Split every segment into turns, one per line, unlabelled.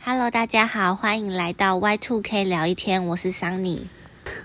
Hello，大家好，欢迎来到 Y Two K 聊一天，我是桑尼。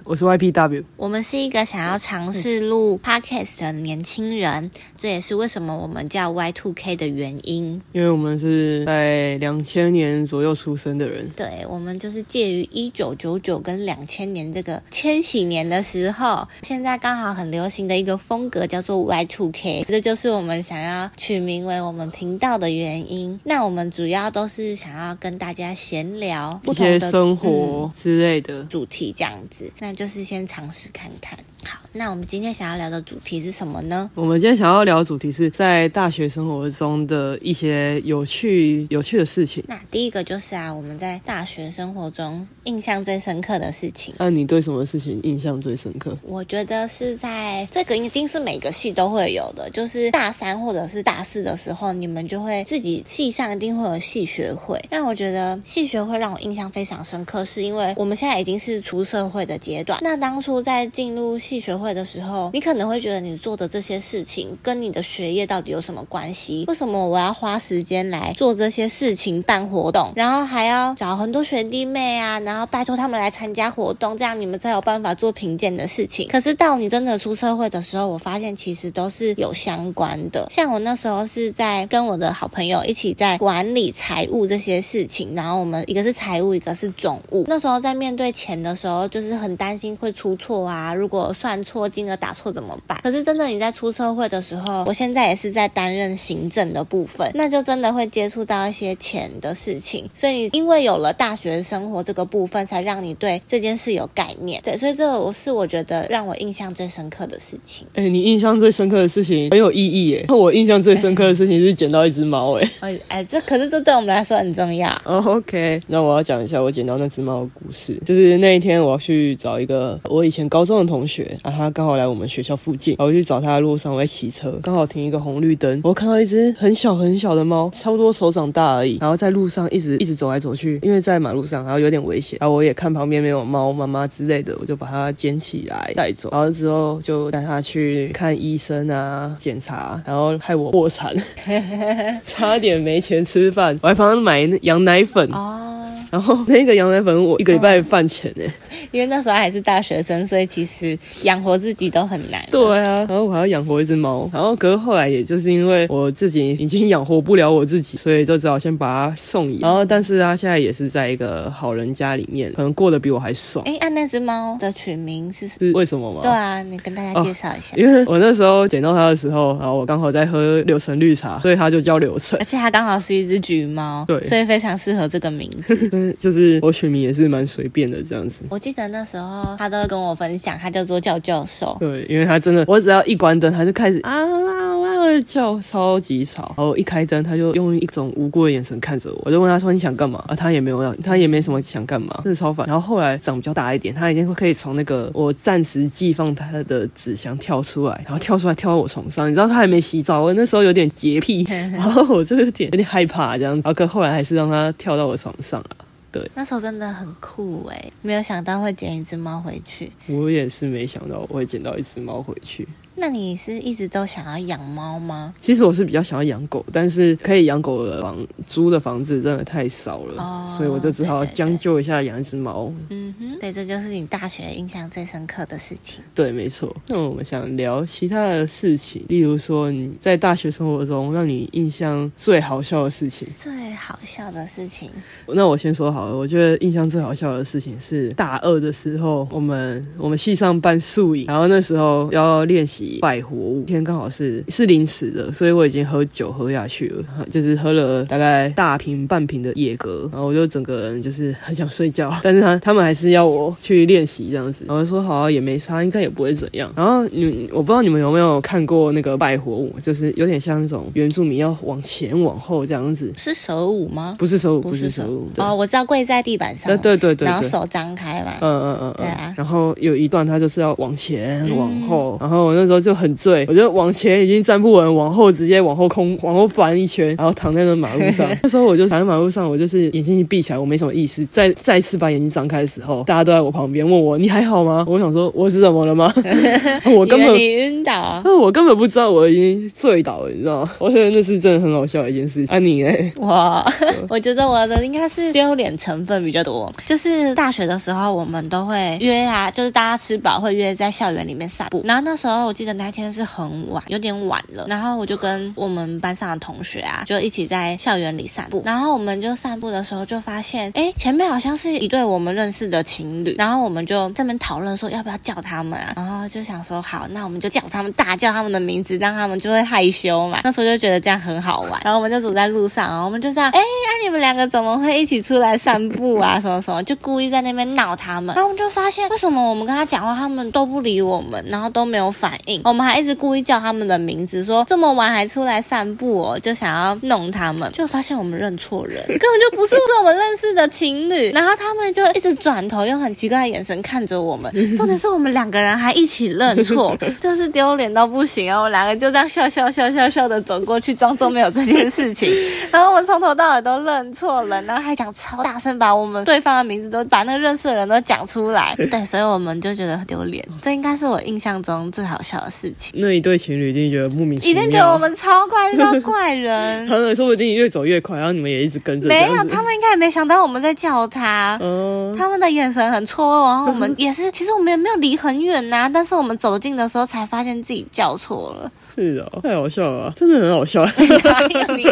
我是 YPW，
我们是一个想要尝试
嗯
录 Podcast 的年轻人，这也是为什么我们叫 Y Two K 的原因。
因为我们是在两千年左右出生的人，
对，我们就是介于一九九九跟两千年这个千禧年的时候，现在刚好很流行的一个风格叫做 Y Two K，这就是我们想要取名为我们频道的原因。那我们主要都是想要跟大家闲聊不
一
同
些
的
生
嗯
活之类的。
主题这样子，那就是先尝试看看。好，那我们今天想要聊的主题是什么呢？
我们今天想要聊的主题是在大学生活中的一些有趣有趣的事情。
那第一个就是啊，我们在大学生活中印象最深刻的事情。
那你对什么事情印象最深刻？
我觉得是在这个一定是每个系都会有的，就是大三或者是大四的时候，你们就会自己系上一定会有系学会。那我觉得系学会让我印象非常深刻，是因为我们现在已经是出社会的阶段。那当初在进入系学会的时候，你可能会觉得你做的这些事情跟你的学业到底有什么关系？为什么我要花时间来做这些事情、办活动，然后还要找很多学弟妹啊，然后拜托他们来参加活动，这样你们才有办法做评鉴的事情。可是到你真的出社会的时候，我发现其实都是有相关的。像我那时候是在跟我的好朋友一起在管理财务这些事情，然后我们一个是财务，一个是总务。那时候在面对钱的时候，就是很担心会出错啊，如果算错金额打错怎么办？可是真的你在出社会的时候，我现在也是在担任行政的部分，那就真的会接触到一些钱的事情。所以因为有了大学生活这个部分，才让你对这件事有概念。对，所以这我是我觉得让我印象最深刻的事情。
哎、你印象最深刻的事情很有意义耶。我 印象最深刻的事情是捡到一只猫，哎。
哎哎，这可是这对我们来说很重要。
哦 OK，那我要讲一下我捡到那只猫的故事。就是那一天，我要去找一个我以前高中的同学啊，他刚好来我们学校附近，然后我去找他的路上，我在骑车，刚好停一个红绿灯，我看到一只很小很小的猫，差不多手掌大而已，然后在路上一直一直走来走去，因为在马路上，然后有点危险，然后我也看旁边没有猫妈妈之类的，我就把它捡起来带走，然后之后就带它去看医生啊，检查，然后害我破产，差点没钱吃饭，我还帮他买那羊奶粉
哦，嗯
然后那个羊奶粉我一个礼拜饭钱呢、
因为那时候还是大学生，所以其实养活自己都很难。
对啊，然后我还要养活一只猫，然后可是后来也就是因为我自己已经养活不了我自己，所以就只好先把它送养。然后但是它现在也是在一个好人家里面，可能过得比我还爽，
哎，按、那只猫的取名是什么？
是为什么吗？
对啊，你跟大家介绍一下。
因为我那时候捡到它的时候，然后我刚好在喝柳橙绿茶，所以它就叫柳橙
而。且它刚好是一只橘猫，
对
所以非常适合这个名字。
嗯，就是我取名也是蛮随便的这样子。
我记得那时候他都会跟我分享，他叫做教教授。
对，因为它真的，我只要一关灯，它就开始啊啊啊的叫，超级吵。然后一开灯，它就用一种无辜的眼神看着我，我就问它说你想干嘛？啊，它也没有要，它也没什么想干嘛，真的超烦。然后后来长比较大一点，它已经可以从那个我暂时寄放它的纸箱跳出来，然后跳出来跳到我床上，你知道它还没洗澡，我那时候有点洁 癖，然后我就有点有点害怕这样子。然后可后来还是让它跳到我床上啊了。
那时候真的很酷诶、没有想到会捡一只猫回去。
我也是没想到我会捡到一只猫回去。
那你是一直都想要养猫吗？
其实我是比较想要养狗，但是可以养狗的房租的房子真的太少了，
哦
所以我就只好
对对对
将就一下养一只猫。
嗯哼，对，这就是你大学印象最深刻的事情。
对，没错。那我们想聊其他的事情，例如说你在大学生活中让你印象最好笑的事情。
最好笑的事情，
那我先说好了，我觉得印象最好笑的事情是大二的时候，我们我们系上办宿营，然后那时候要练习拜火舞，天刚好是是临时的，所以我已经喝酒喝下去了，就是喝了大概大瓶半瓶的野格，然后我就整个人就是 很想睡觉，但是他他们还是要我去练习这样子，然后说好、啊、也没差，应该也不会怎样。然后你我不知道你们有没有看过那个拜火舞，就是有点像那种原住民要往前往后这样子。
是手舞吗？
不是手舞，
不
不是
手
手舞，对
哦，我知道跪在地板上，
对对对对对，
然后手张开嘛。
嗯嗯嗯，
对啊
嗯然后有一段他就是要往前、往后，然后我那时候候就很醉，我就往前已经站不稳，往后直接往后空往后翻一圈，然后躺在那马路 上。那时候我就躺在马路上，我就是眼睛一闭起来，我没什么意识。再再次把眼睛张开的时候，大家都在我旁边问我你还好吗？我想说我是怎么 了吗？我根
以为
本
你晕 倒。
那我根本不知道我已经醉倒了，你知道吗？我觉得那是真的很好笑的一件事。啊你嘞？
我我觉得我的应该是丢脸成分比较多，就是大学的时候我们都会约啊，就是大家吃饱会约在校园里面散步。然后那时候我记得那一天是很晚，有点晚了，然后我就跟我们班上的同学啊，就一起在校园里散步。然后我们就散步的时候就发现，哎，前面好像是一对我们认识的情侣，然后我们就这边讨论说要不要叫他们啊，然后就想说好，那我们就叫他们大叫他们的名字，让他们就会害羞嘛。那时候就觉得这样很好玩，然后我们就走在路上，然后我们就这样，哎，那、你们两个怎么会一起出来散步啊？什么什么，就故意在那边闹他们。然后我们就发现，为什么我们跟他讲话，他们都不理我们，然后都没有反应，我们还一直故意叫他们的名字，说这么晚还出来散步哦，就想要弄他们。就发现我们认错人，根本就不是我们认识的情侣。然后他们就一直转头，用很奇怪的眼神看着我 们。重点是我们两个人还一起认 错，就是丢脸到不行啊！我们两个就这样笑笑笑笑笑的走过去，装作没有这件事情。 然后我们从头到尾都认错人，然后还讲超大声，把我们对方的名字都把那认识的人都讲出来。对，所以我们就觉得很丢脸。这应该是我印象中最好笑的事 情。
那一对情侣一定觉得莫名其
一
妙，
定觉得我们超怪，遇到怪 人。
他们说不定越走越快，然后你们也一直跟着。
没
这
有，
样子
他们应该也没想到我们在叫 他。
嗯，
他们的眼神很错愕，然后我们也是，其实我们也没有离很远呐、但是我们走近的时候才发现自己叫错了。
是哦，太好笑了吧，真的很好笑。
哪有你？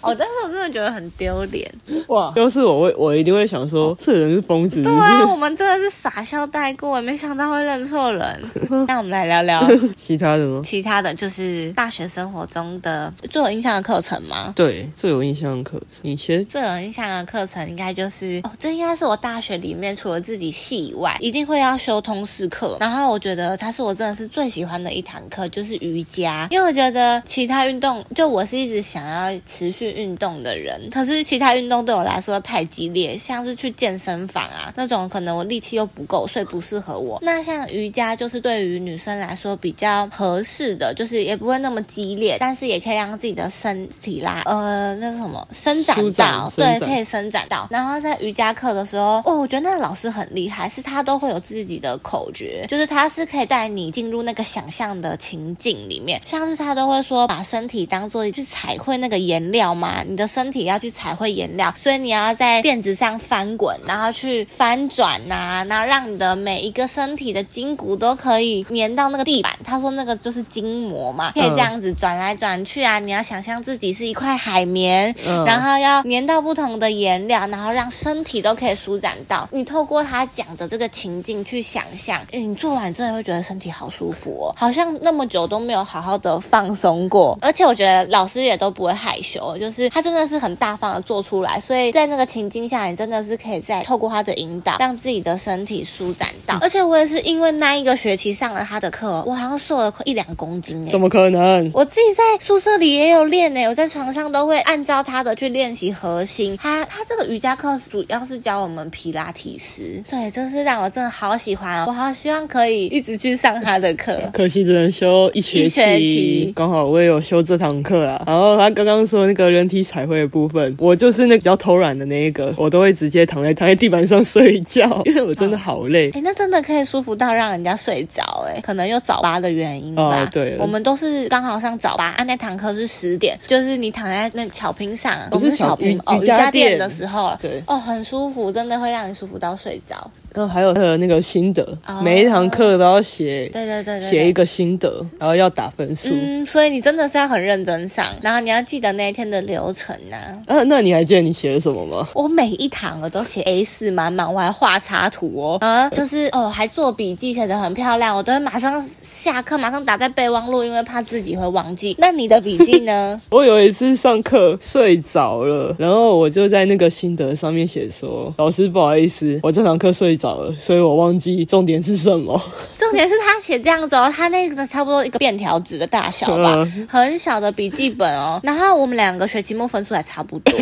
哦，但是我真的觉得很丢脸。
哇，哦要是我会，我一定会想说，这人是疯子，是
对
不
啊，我
是？
们真的是傻笑带过，没想到会认错人。 那我们来聊聊
其他的吗？
其他的，就是大学生活中的最有印象的课程吗？
对，最有印象的课程，你先
最有印象的课程应该就是哦，这应该是我大学里面除了自己系以外，一定会要修通识课。然后我觉得它是我真的是最喜欢的一堂课，就是瑜伽，因为我觉得其他运动，就我是一直想要持续运动的人，可是其他运动对我来说太激烈，像是去健身房啊那种，可能我力气又不够，所以不适合我。那像瑜伽就是对于女生来说比较合适的，就是也不会那么激烈，但是也可以让自己的身体啦，呃，那是什么伸展
舒展
到，
伸
对，
展
可以伸展到。然后在瑜伽课的时候，哦，我觉得那个老师很厉害，是他都会有自己的口诀，就是他是可以带你进入那个想象的情境里面，像是他都会说把身体当做去彩绘那个颜料嘛，你的身体要去彩绘颜料，所以你要在垫子上翻滚，然后去翻转呐、然后让你的每一个身体的筋骨都可以粘到那个地板。他说那个就是筋膜嘛，可以
嗯
这样子转来转去啊，你要想象自己是一块海绵，
嗯
然后要粘到不同的颜料，然后让身体都可以舒展到。你透过他讲的这个情境去想象，诶你做完真的会觉得身体好舒服哦，好像那么久都没有好好的放松过。而且我觉得老师也都不会害羞，就是他真的是很大方的做出来，所以在那个情境下，你真的是可以在透过他的引导，让自己的身体舒展到。而且我也是因为那一个学期上了他的课哦，我好像瘦了快一两公斤诶。
怎么可能？
我自己在宿舍里也有练呢、我在床上都会按照他的去练习核心。他他这个瑜伽课主要是教我们皮拉提斯，对，这是让我真的好喜欢哦，我好希望可以一直去上他的 课。
可惜只能修一学
一学期
刚好我也有修这堂课啊。然后他刚刚说那个人体彩绘的部分，我就是那比较偷懒的那一个，我都会直接躺在躺在地板上睡觉，因为我真的好累。
哎，那真的可以舒服到让人家睡着哎，可能有早八的原因吧。
哦对
我们都是刚好上早八，啊，那堂课是十点，就是你躺在那草坪上，
不
我
是
们草坪
草
哦
瑜
瑜
瑜伽
伽
垫
垫的时候，
对
哦，很舒服，真的会让你舒服到睡着。
然后还有他的那个心得，
哦
每一堂课都要写
对对对对对，
写一个心得，然后要打分数。
嗯，所以你真的是要很认真上，然后你要记得那一天的流程呐、
啊，那你还记得你写了什么吗？
我每一堂我都写 A 四满满，我还画插图哦，啊，就是哦，还做笔记，写的很漂亮。我都会马上下课马上打在备忘录，因为怕自己会忘记。那你的笔记 呢？
我有一次上课睡着了，然后我就在那个心得上面写说：“老师，不好意思，我这堂课睡着了，所以我忘记重点是什么。
重点是他写这样子哦，他那个差不多一个便条纸的大小吧，
嗯
很小的笔记本哦。然后我们两个学期末分数还差不多，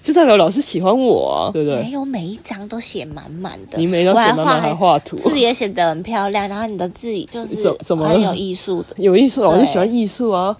就代表老师喜欢我啊，对不 对
没？有每一张都写满满的，
你每张写满
我
满还
还
画图，
字也写得很漂亮，然后你的字就
怎
是
怎么了
很有艺术的。
有艺术，老师
对
喜欢艺术啊。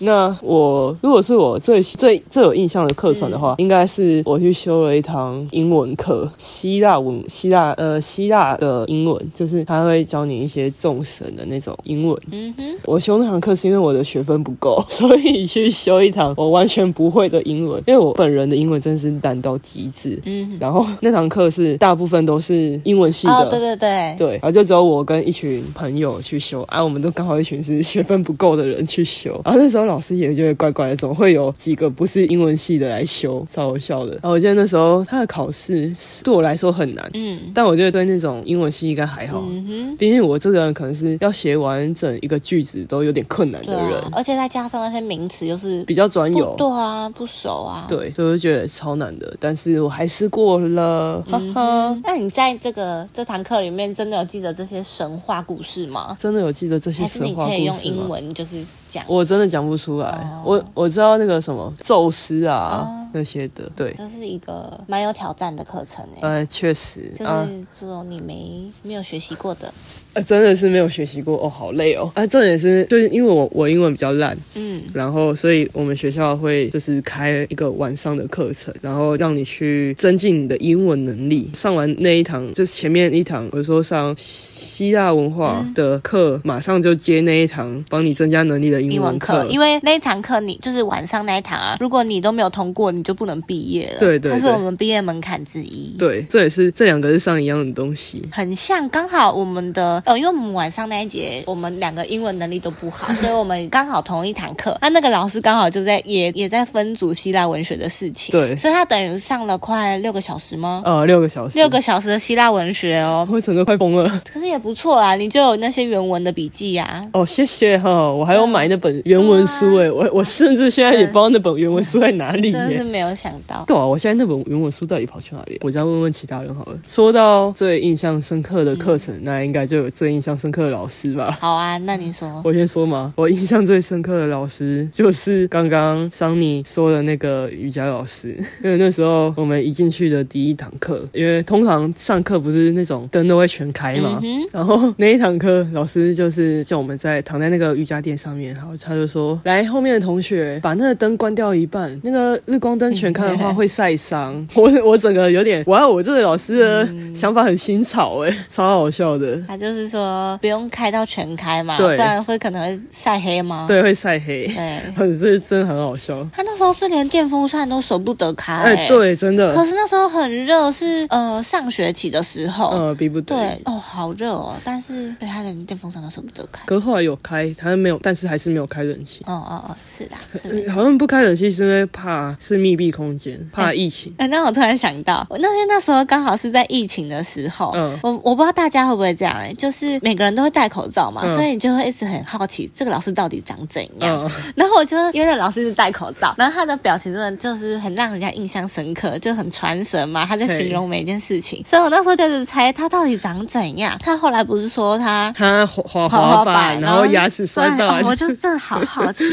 那我如果是我最最最有印象的课程的话，应该是我去修了一堂英文课，希腊文希腊呃希腊的英文，就是他会教你一些众神的那种英文。
嗯哼，
我修那堂课是因为我的学分不够，所以去修一堂我完全不会的英文，因为我本人的英文真是烂到极致。
嗯
然后那堂课是大部分都是英文系
哼，
的，
哦，对对对，
对，然后就只有我跟一群朋友去修啊，我们都刚好一群是学分不够的人去修。然后那时候老师也觉得怪怪的，总会有几个不是英文系的来修，超好笑的。然后我记得那时候他的考试对我来说很难，
嗯
但我觉得对那种英文系应该还好，
嗯哼，
毕竟我这个人可能是要写完整一个句子都有点困难的
对
人，
啊，而且再加上那些名词又是
比较专
不
有。
对啊，不熟啊。
对，所以我就觉得超难的，但是我还是过了，哈哈。
那你在这个这堂课里面真的有记得这些神话故事吗？
真的有记得这些
还是
神
你
话故
可
事
以
吗？
用英文就是讲，
我真的讲不出来，
哦
我我知道那个什么宙斯啊、那些的，对，
这是一个蛮有挑战的课程诶、
呃，确实
就
啊、
是这种你没没有学习过的，
呃真的是没有学习过哦，好累哦。啊，重点是就是因为我我英文比较烂，
嗯，
然后所以我们学校会就是开一个晚上的课程，然后让你去增进你的英文能力。上完那一堂，就是前面一堂，我说上希腊文化的课，马上就接那一堂帮你增加能力的英
英文
课
课，，因为那一堂课你就是晚上那一堂啊，如果你都没有通过，你就不能毕业了。
对对
它是
对
我们毕业门槛之一。
对，这也是这两个是上一样的东西。
很像，刚好我们的呃，因为我们晚上那一节，我们两个英文能力都不 好，所以我们刚好同一堂课。那那个老师刚好就在也也在分组希腊文学的事情，
对
所以他等于上了快六个小时吗？
呃，六个小时，
六个小时的希腊文学哦，
我整个快疯了。
可是也不错啊啦，你就有那些原文的笔记啊呀、
哦，谢谢哈，我还有买那本
啊
原文书诶，我我甚至现在也不知道那本原文书在哪里
真的是
耶。
没有想到。
对啊，我现在那本原文书到底跑去哪里？我再问问其他人好了。说到最印象深刻的课
嗯
程，那应该就有最印象深刻的老师吧。
好啊，那你说，
我先说嘛，我印象最深刻的老师就是刚刚桑尼说的那个瑜伽老师， 因为那时候我们一进去的第一堂课，因为通常上课不是那种灯都会全开嘛，
嗯
然后那一堂课老师就是叫我们在躺在那个瑜伽垫上面，然后他就说，来后面的同学把那个灯关掉一半，那个日光灯全开的话会晒
嗯
伤。我 我整个有点，哇，我这个老师的想法很新潮哎、超好笑的。
他啊就是说不用开到全开嘛，不
对
然会可能会晒黑吗？
对，会晒黑，
对
很是真的很好笑。
他那时候是连电风扇都舍不得开、
哎、对，真的，
可是那时候很热，是呃上学期的时候。
呃，逼不得已。
对，哦，好热哦，但是对他连电风扇都舍不得开。
可是后来有开，他没有，但是还是没有开冷气。
哦哦哦，是啦，是 不是？
好像不开冷气是因为怕是密闭空间，怕疫情。
哎、那我突然想到，我那天那时候刚好是在疫情的时候，
嗯
我我不知道大家会不会这样、哎，就是每个人都会戴口罩嘛，
嗯
所以你就会一直很好奇这个老师到底长怎样。
嗯，
然后我就因为那老师是戴口罩，然后他的表情真的就是很让人家印象深刻，就很传神嘛，他在
对
形容每一件事 情，所以我那时候就是猜他到底长怎样。他后来不是说他。
他滑滑
滑
滑板，然后牙齿摔
对
断
哦，我就真的好好奇。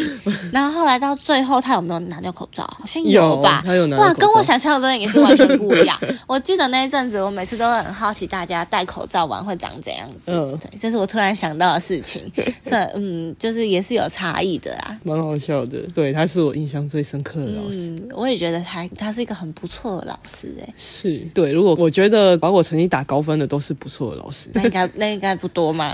然后后来到最后，他有没有拿掉口罩？好像
有
吧。
他有拿掉
哇，
口罩
跟我想象的真的也是完全不一样。我记得那一阵子，我每次都很好奇大家戴口罩玩会长怎样子。
嗯
对，这是我突然想到的事情。所以，嗯，就是也是有差异的啦。
蛮好笑的。对，他是我印象最深刻的老师。
嗯，我也觉得他他是一个很不错的老师 哎、
是对，如果我觉得把我成绩打高分的都是不错的老师，
那应该那应该不多 嘛，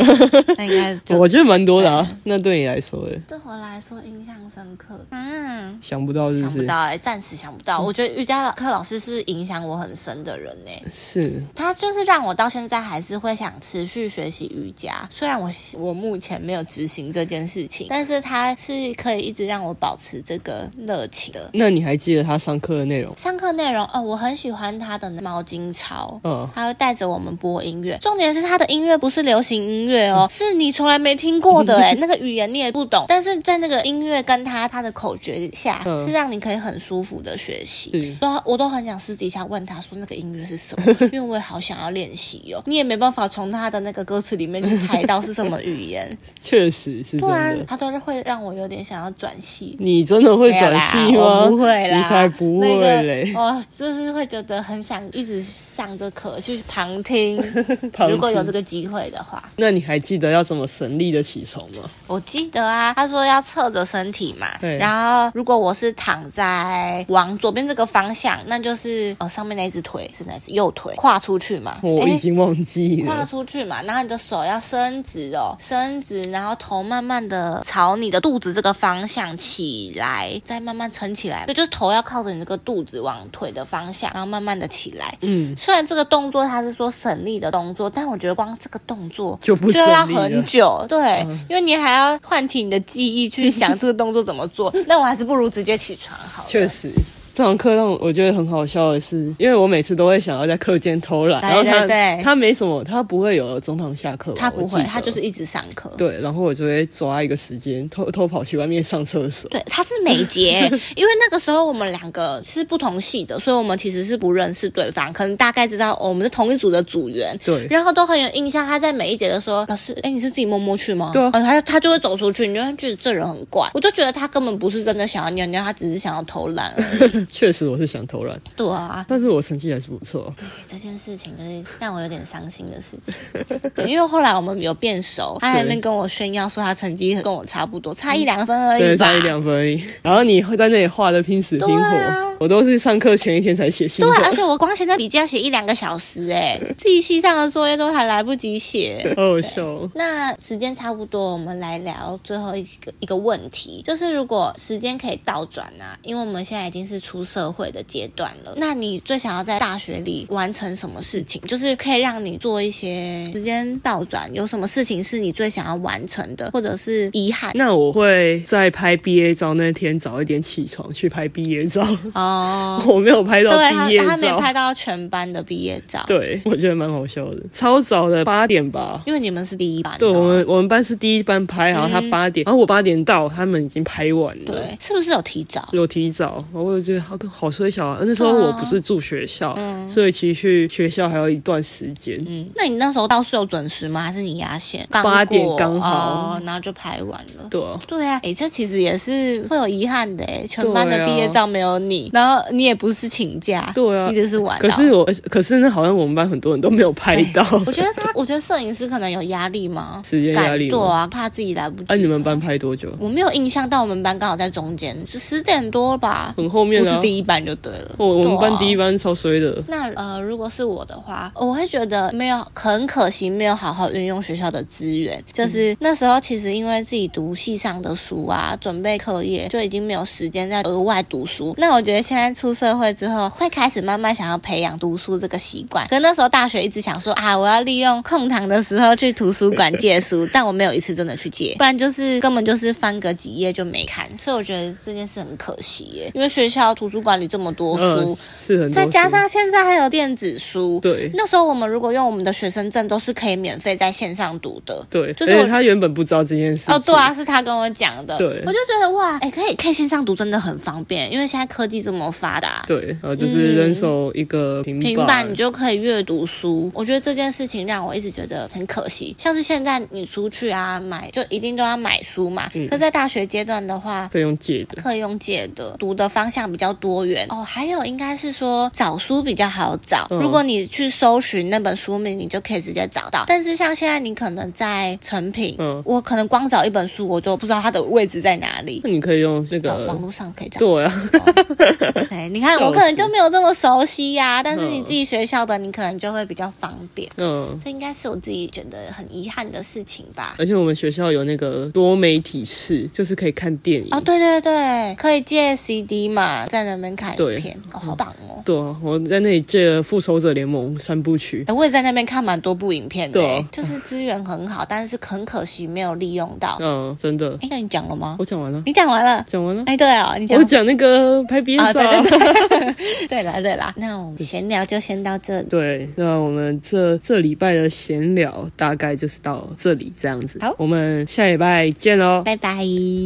那应该就
我觉得蛮多的啊。那对你来说，哎，
对我来说印象深刻。嗯，
想不到是不嗯
想不
是？
到哎、暂时想不到。我觉得瑜伽课老师是影响我很深的人哎、
是
他就是让我到现在还是会想持续学习瑜伽，虽然我我目前没有执行这件事情，但是他是可以一直让我保持这个热情的。
那你还记得他上课的内容？
上课内容哦，我很喜欢他的毛巾操，
嗯
他会带着我们播音乐。重点是他的音乐不是流行音乐
嗯
哦，是你从来没听过的欸哎，那个语言你也不懂，但是在那个音乐跟他他的口诀下，
嗯
是让你可以很舒服的学习
是，
都我都很想私底下问他说那个音乐是什 么，因为我也好想要练习哦。你也没办法从他的那个歌词里面去猜到是什么语言，
确实 是真
不然
的。
他都是会让我有点想要转系。
你真的会转戏
没有啦
吗？
我不会啦，
你才不
那
会
个
嘞！
我就是会觉得很想一直上着课去旁听，
旁
如果有
听
这个机会的话。
那你还记得要怎么省力的起床吗？
我记得啊，他说要侧着身体嘛，
对
然后如果我是躺在往左边这个方向，那就是呃上面那一只腿是哪一只右腿跨出去嘛，
我
诶
已经忘记
跨
了。
出去嘛，然后你的手要伸直哦，伸直，然后头慢慢的朝你的肚子这个方向起来，再慢慢撑起来，对，就是头要靠着你这个肚子往腿的方向，然后慢慢的起来。
嗯，
虽然这个动作它是说省力的动作，但我觉得光这个动作
就不
就要
省力
很
了。嗯
久，对，因为你还要唤起你的记忆去想这个动作怎么 做。那我还是不如直接起床好了。
确实，这堂课让我觉得很好笑的是，因为我每次都会想要在课间偷懒，
对
然后他
对对
他没什么，他不会有中堂下课吧，
他不
我记
会，
得
他就是一直上课。
对，然后我就会抓一个时间偷偷跑去外面上厕 所。
对，他是美 杰，因为那个时候我们两个是不同系的，所以我们其实是不认识对方，可能大概知道、哦我们是同一组的组员，
对
然后都很有印象。他在每一节的时候，老师，哎，你是自己摸摸去吗？
对啊
然后他他就会走出去，你就会觉得这人很怪，我就觉得他根本不是真的想要尿尿，他只是想要偷懒而 已。
确实我是想偷懒，
对啊，哎
但是我成绩还是不错。
这件事情就是让我有点伤心的事情。 对，因为后来我们有变熟，他还在那边跟我炫耀说他成绩跟我差不多，差一两分而已
对，
吧
差一两分而已。然后你会在那里画的拼死拼活，
对啊
我都是上课前一天才写信。
对啊，而且我光写那笔记要写一两个小时 哎、自己系上的作业都还来不及写。
好好笑哦。
那时间差不多，我们来聊最后一个一个问题，就是如果时间可以倒转啊，因为我们现在已经是出社会的阶段了，那你最想要在大学里完成什么事情？就是可以让你做一些时间倒转，有什么事情是你最想要完成的，或者是遗憾
那我会在拍毕业照那天早一点起床去拍毕业照，
哦？
我没有拍到
对他
毕业，
他没
照。
拍到全班的毕业照，
对，我觉得蛮好笑的，超早的八点吧。
因为你们是第一班、哦，嗯
对我们，我们班是第一班拍，然后他八点，然后我八点到，他们已经拍完了。
对，是不是有提早？
有提早，我就觉得好好衰小啊！那时候我不是住学校，所以其实去学校还有一段时间。
嗯，那你那时候倒是有准时吗？还是你压线？刚
八
过
点刚好
哦，然后就拍完了。
对啊，
对啊，哎、这其实也是会有遗憾的哎，全班的
对啊
毕业照没有你，然后你也不是请假，
对啊
你只是晚到。
可是我，可是那好像我们班很多人都没有拍到。
我觉得他，我觉得摄影师可能有压力吗？
时间压力
赶
吗
对啊，怕自己来不及。
哎、你们班拍多久？
我没有印象，但我们班刚好在中间，就十点多吧，
很后面
不
啊哦
是。第一班就对啊了。
我我们班第一
班。
班超衰的，
那呃，如果是我的话，我会觉得没有很可惜，没有好好运用学校的资源。就是那时候其实因为自己读系上的书啊，准备课业，就已经没有时间再额外读书。那我觉得现在出社会之后，会开始慢慢想要培养读书这个习惯。可那时候大学一直想说啊，我要利用空堂的时候去图书馆借书， 但我没有一次真的去借，不然就是根本就是翻个几页就没看。所以我觉得这件事很可惜耶，因为学校图书馆里这么多书，
嗯，是很多。
再加，上现在还有电子书，
对
那时候我们如果用我们的学生证，都是可以免费在线上读的。
对，
就是
而
我
且他原本不知道这件事情。
哦，对啊，是他跟我讲的，
对
我就觉得哇，哎，可以可以线上读，真的很方便，因为现在科技这么发达。
对，然后就是人手一个平
嗯
板，
平板你就可以阅读书，我觉得这件事情让我一直觉得很可惜。像是现在你出去啊买，就一定都要买书嘛。
嗯
可在大学阶段的话，
可以用借的。
课用借的，读的方向比较多元哦。还有应该是说找书比较好找，
嗯
如果你去搜寻那本书名，你就可以直接找到。但是像现在你可能在成品，
嗯
我可能光找一本书，我就不知道它的位置在哪里。
那你可以用那
哦网
个，
络上可以找。
对啊，
对，你看
笑
我
死
可能就没有这么熟悉呀、但是你
嗯
自己学校的，你可能就会比较方便。
嗯。
这应该是我自己觉得很遗憾的事情吧。
而且我们学校有那个多媒体室，就是可以看电影。
哦，对对对，可以借 CD 嘛，在那边看影
对
片，哦，好棒哦。
对啊，我在那里借了《复仇者联盟》三部曲。
欸我也在那边看蛮多部影片的、
对
欸
啊，
就是资源很好，但是很可惜没有利用到。
嗯，真的，
哎、那你讲了吗？
我讲完了，
你讲完了？
讲完了。
哎、对哦，你讲
我。讲那个拍毕业
啊、
照
对
啊。
对对， 对啦对啦，那我们闲聊就先到这里。
对，那我们这这礼拜的闲聊大概就是到这里这样子。
好
我们下礼拜见喽，
拜拜。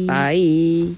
拜。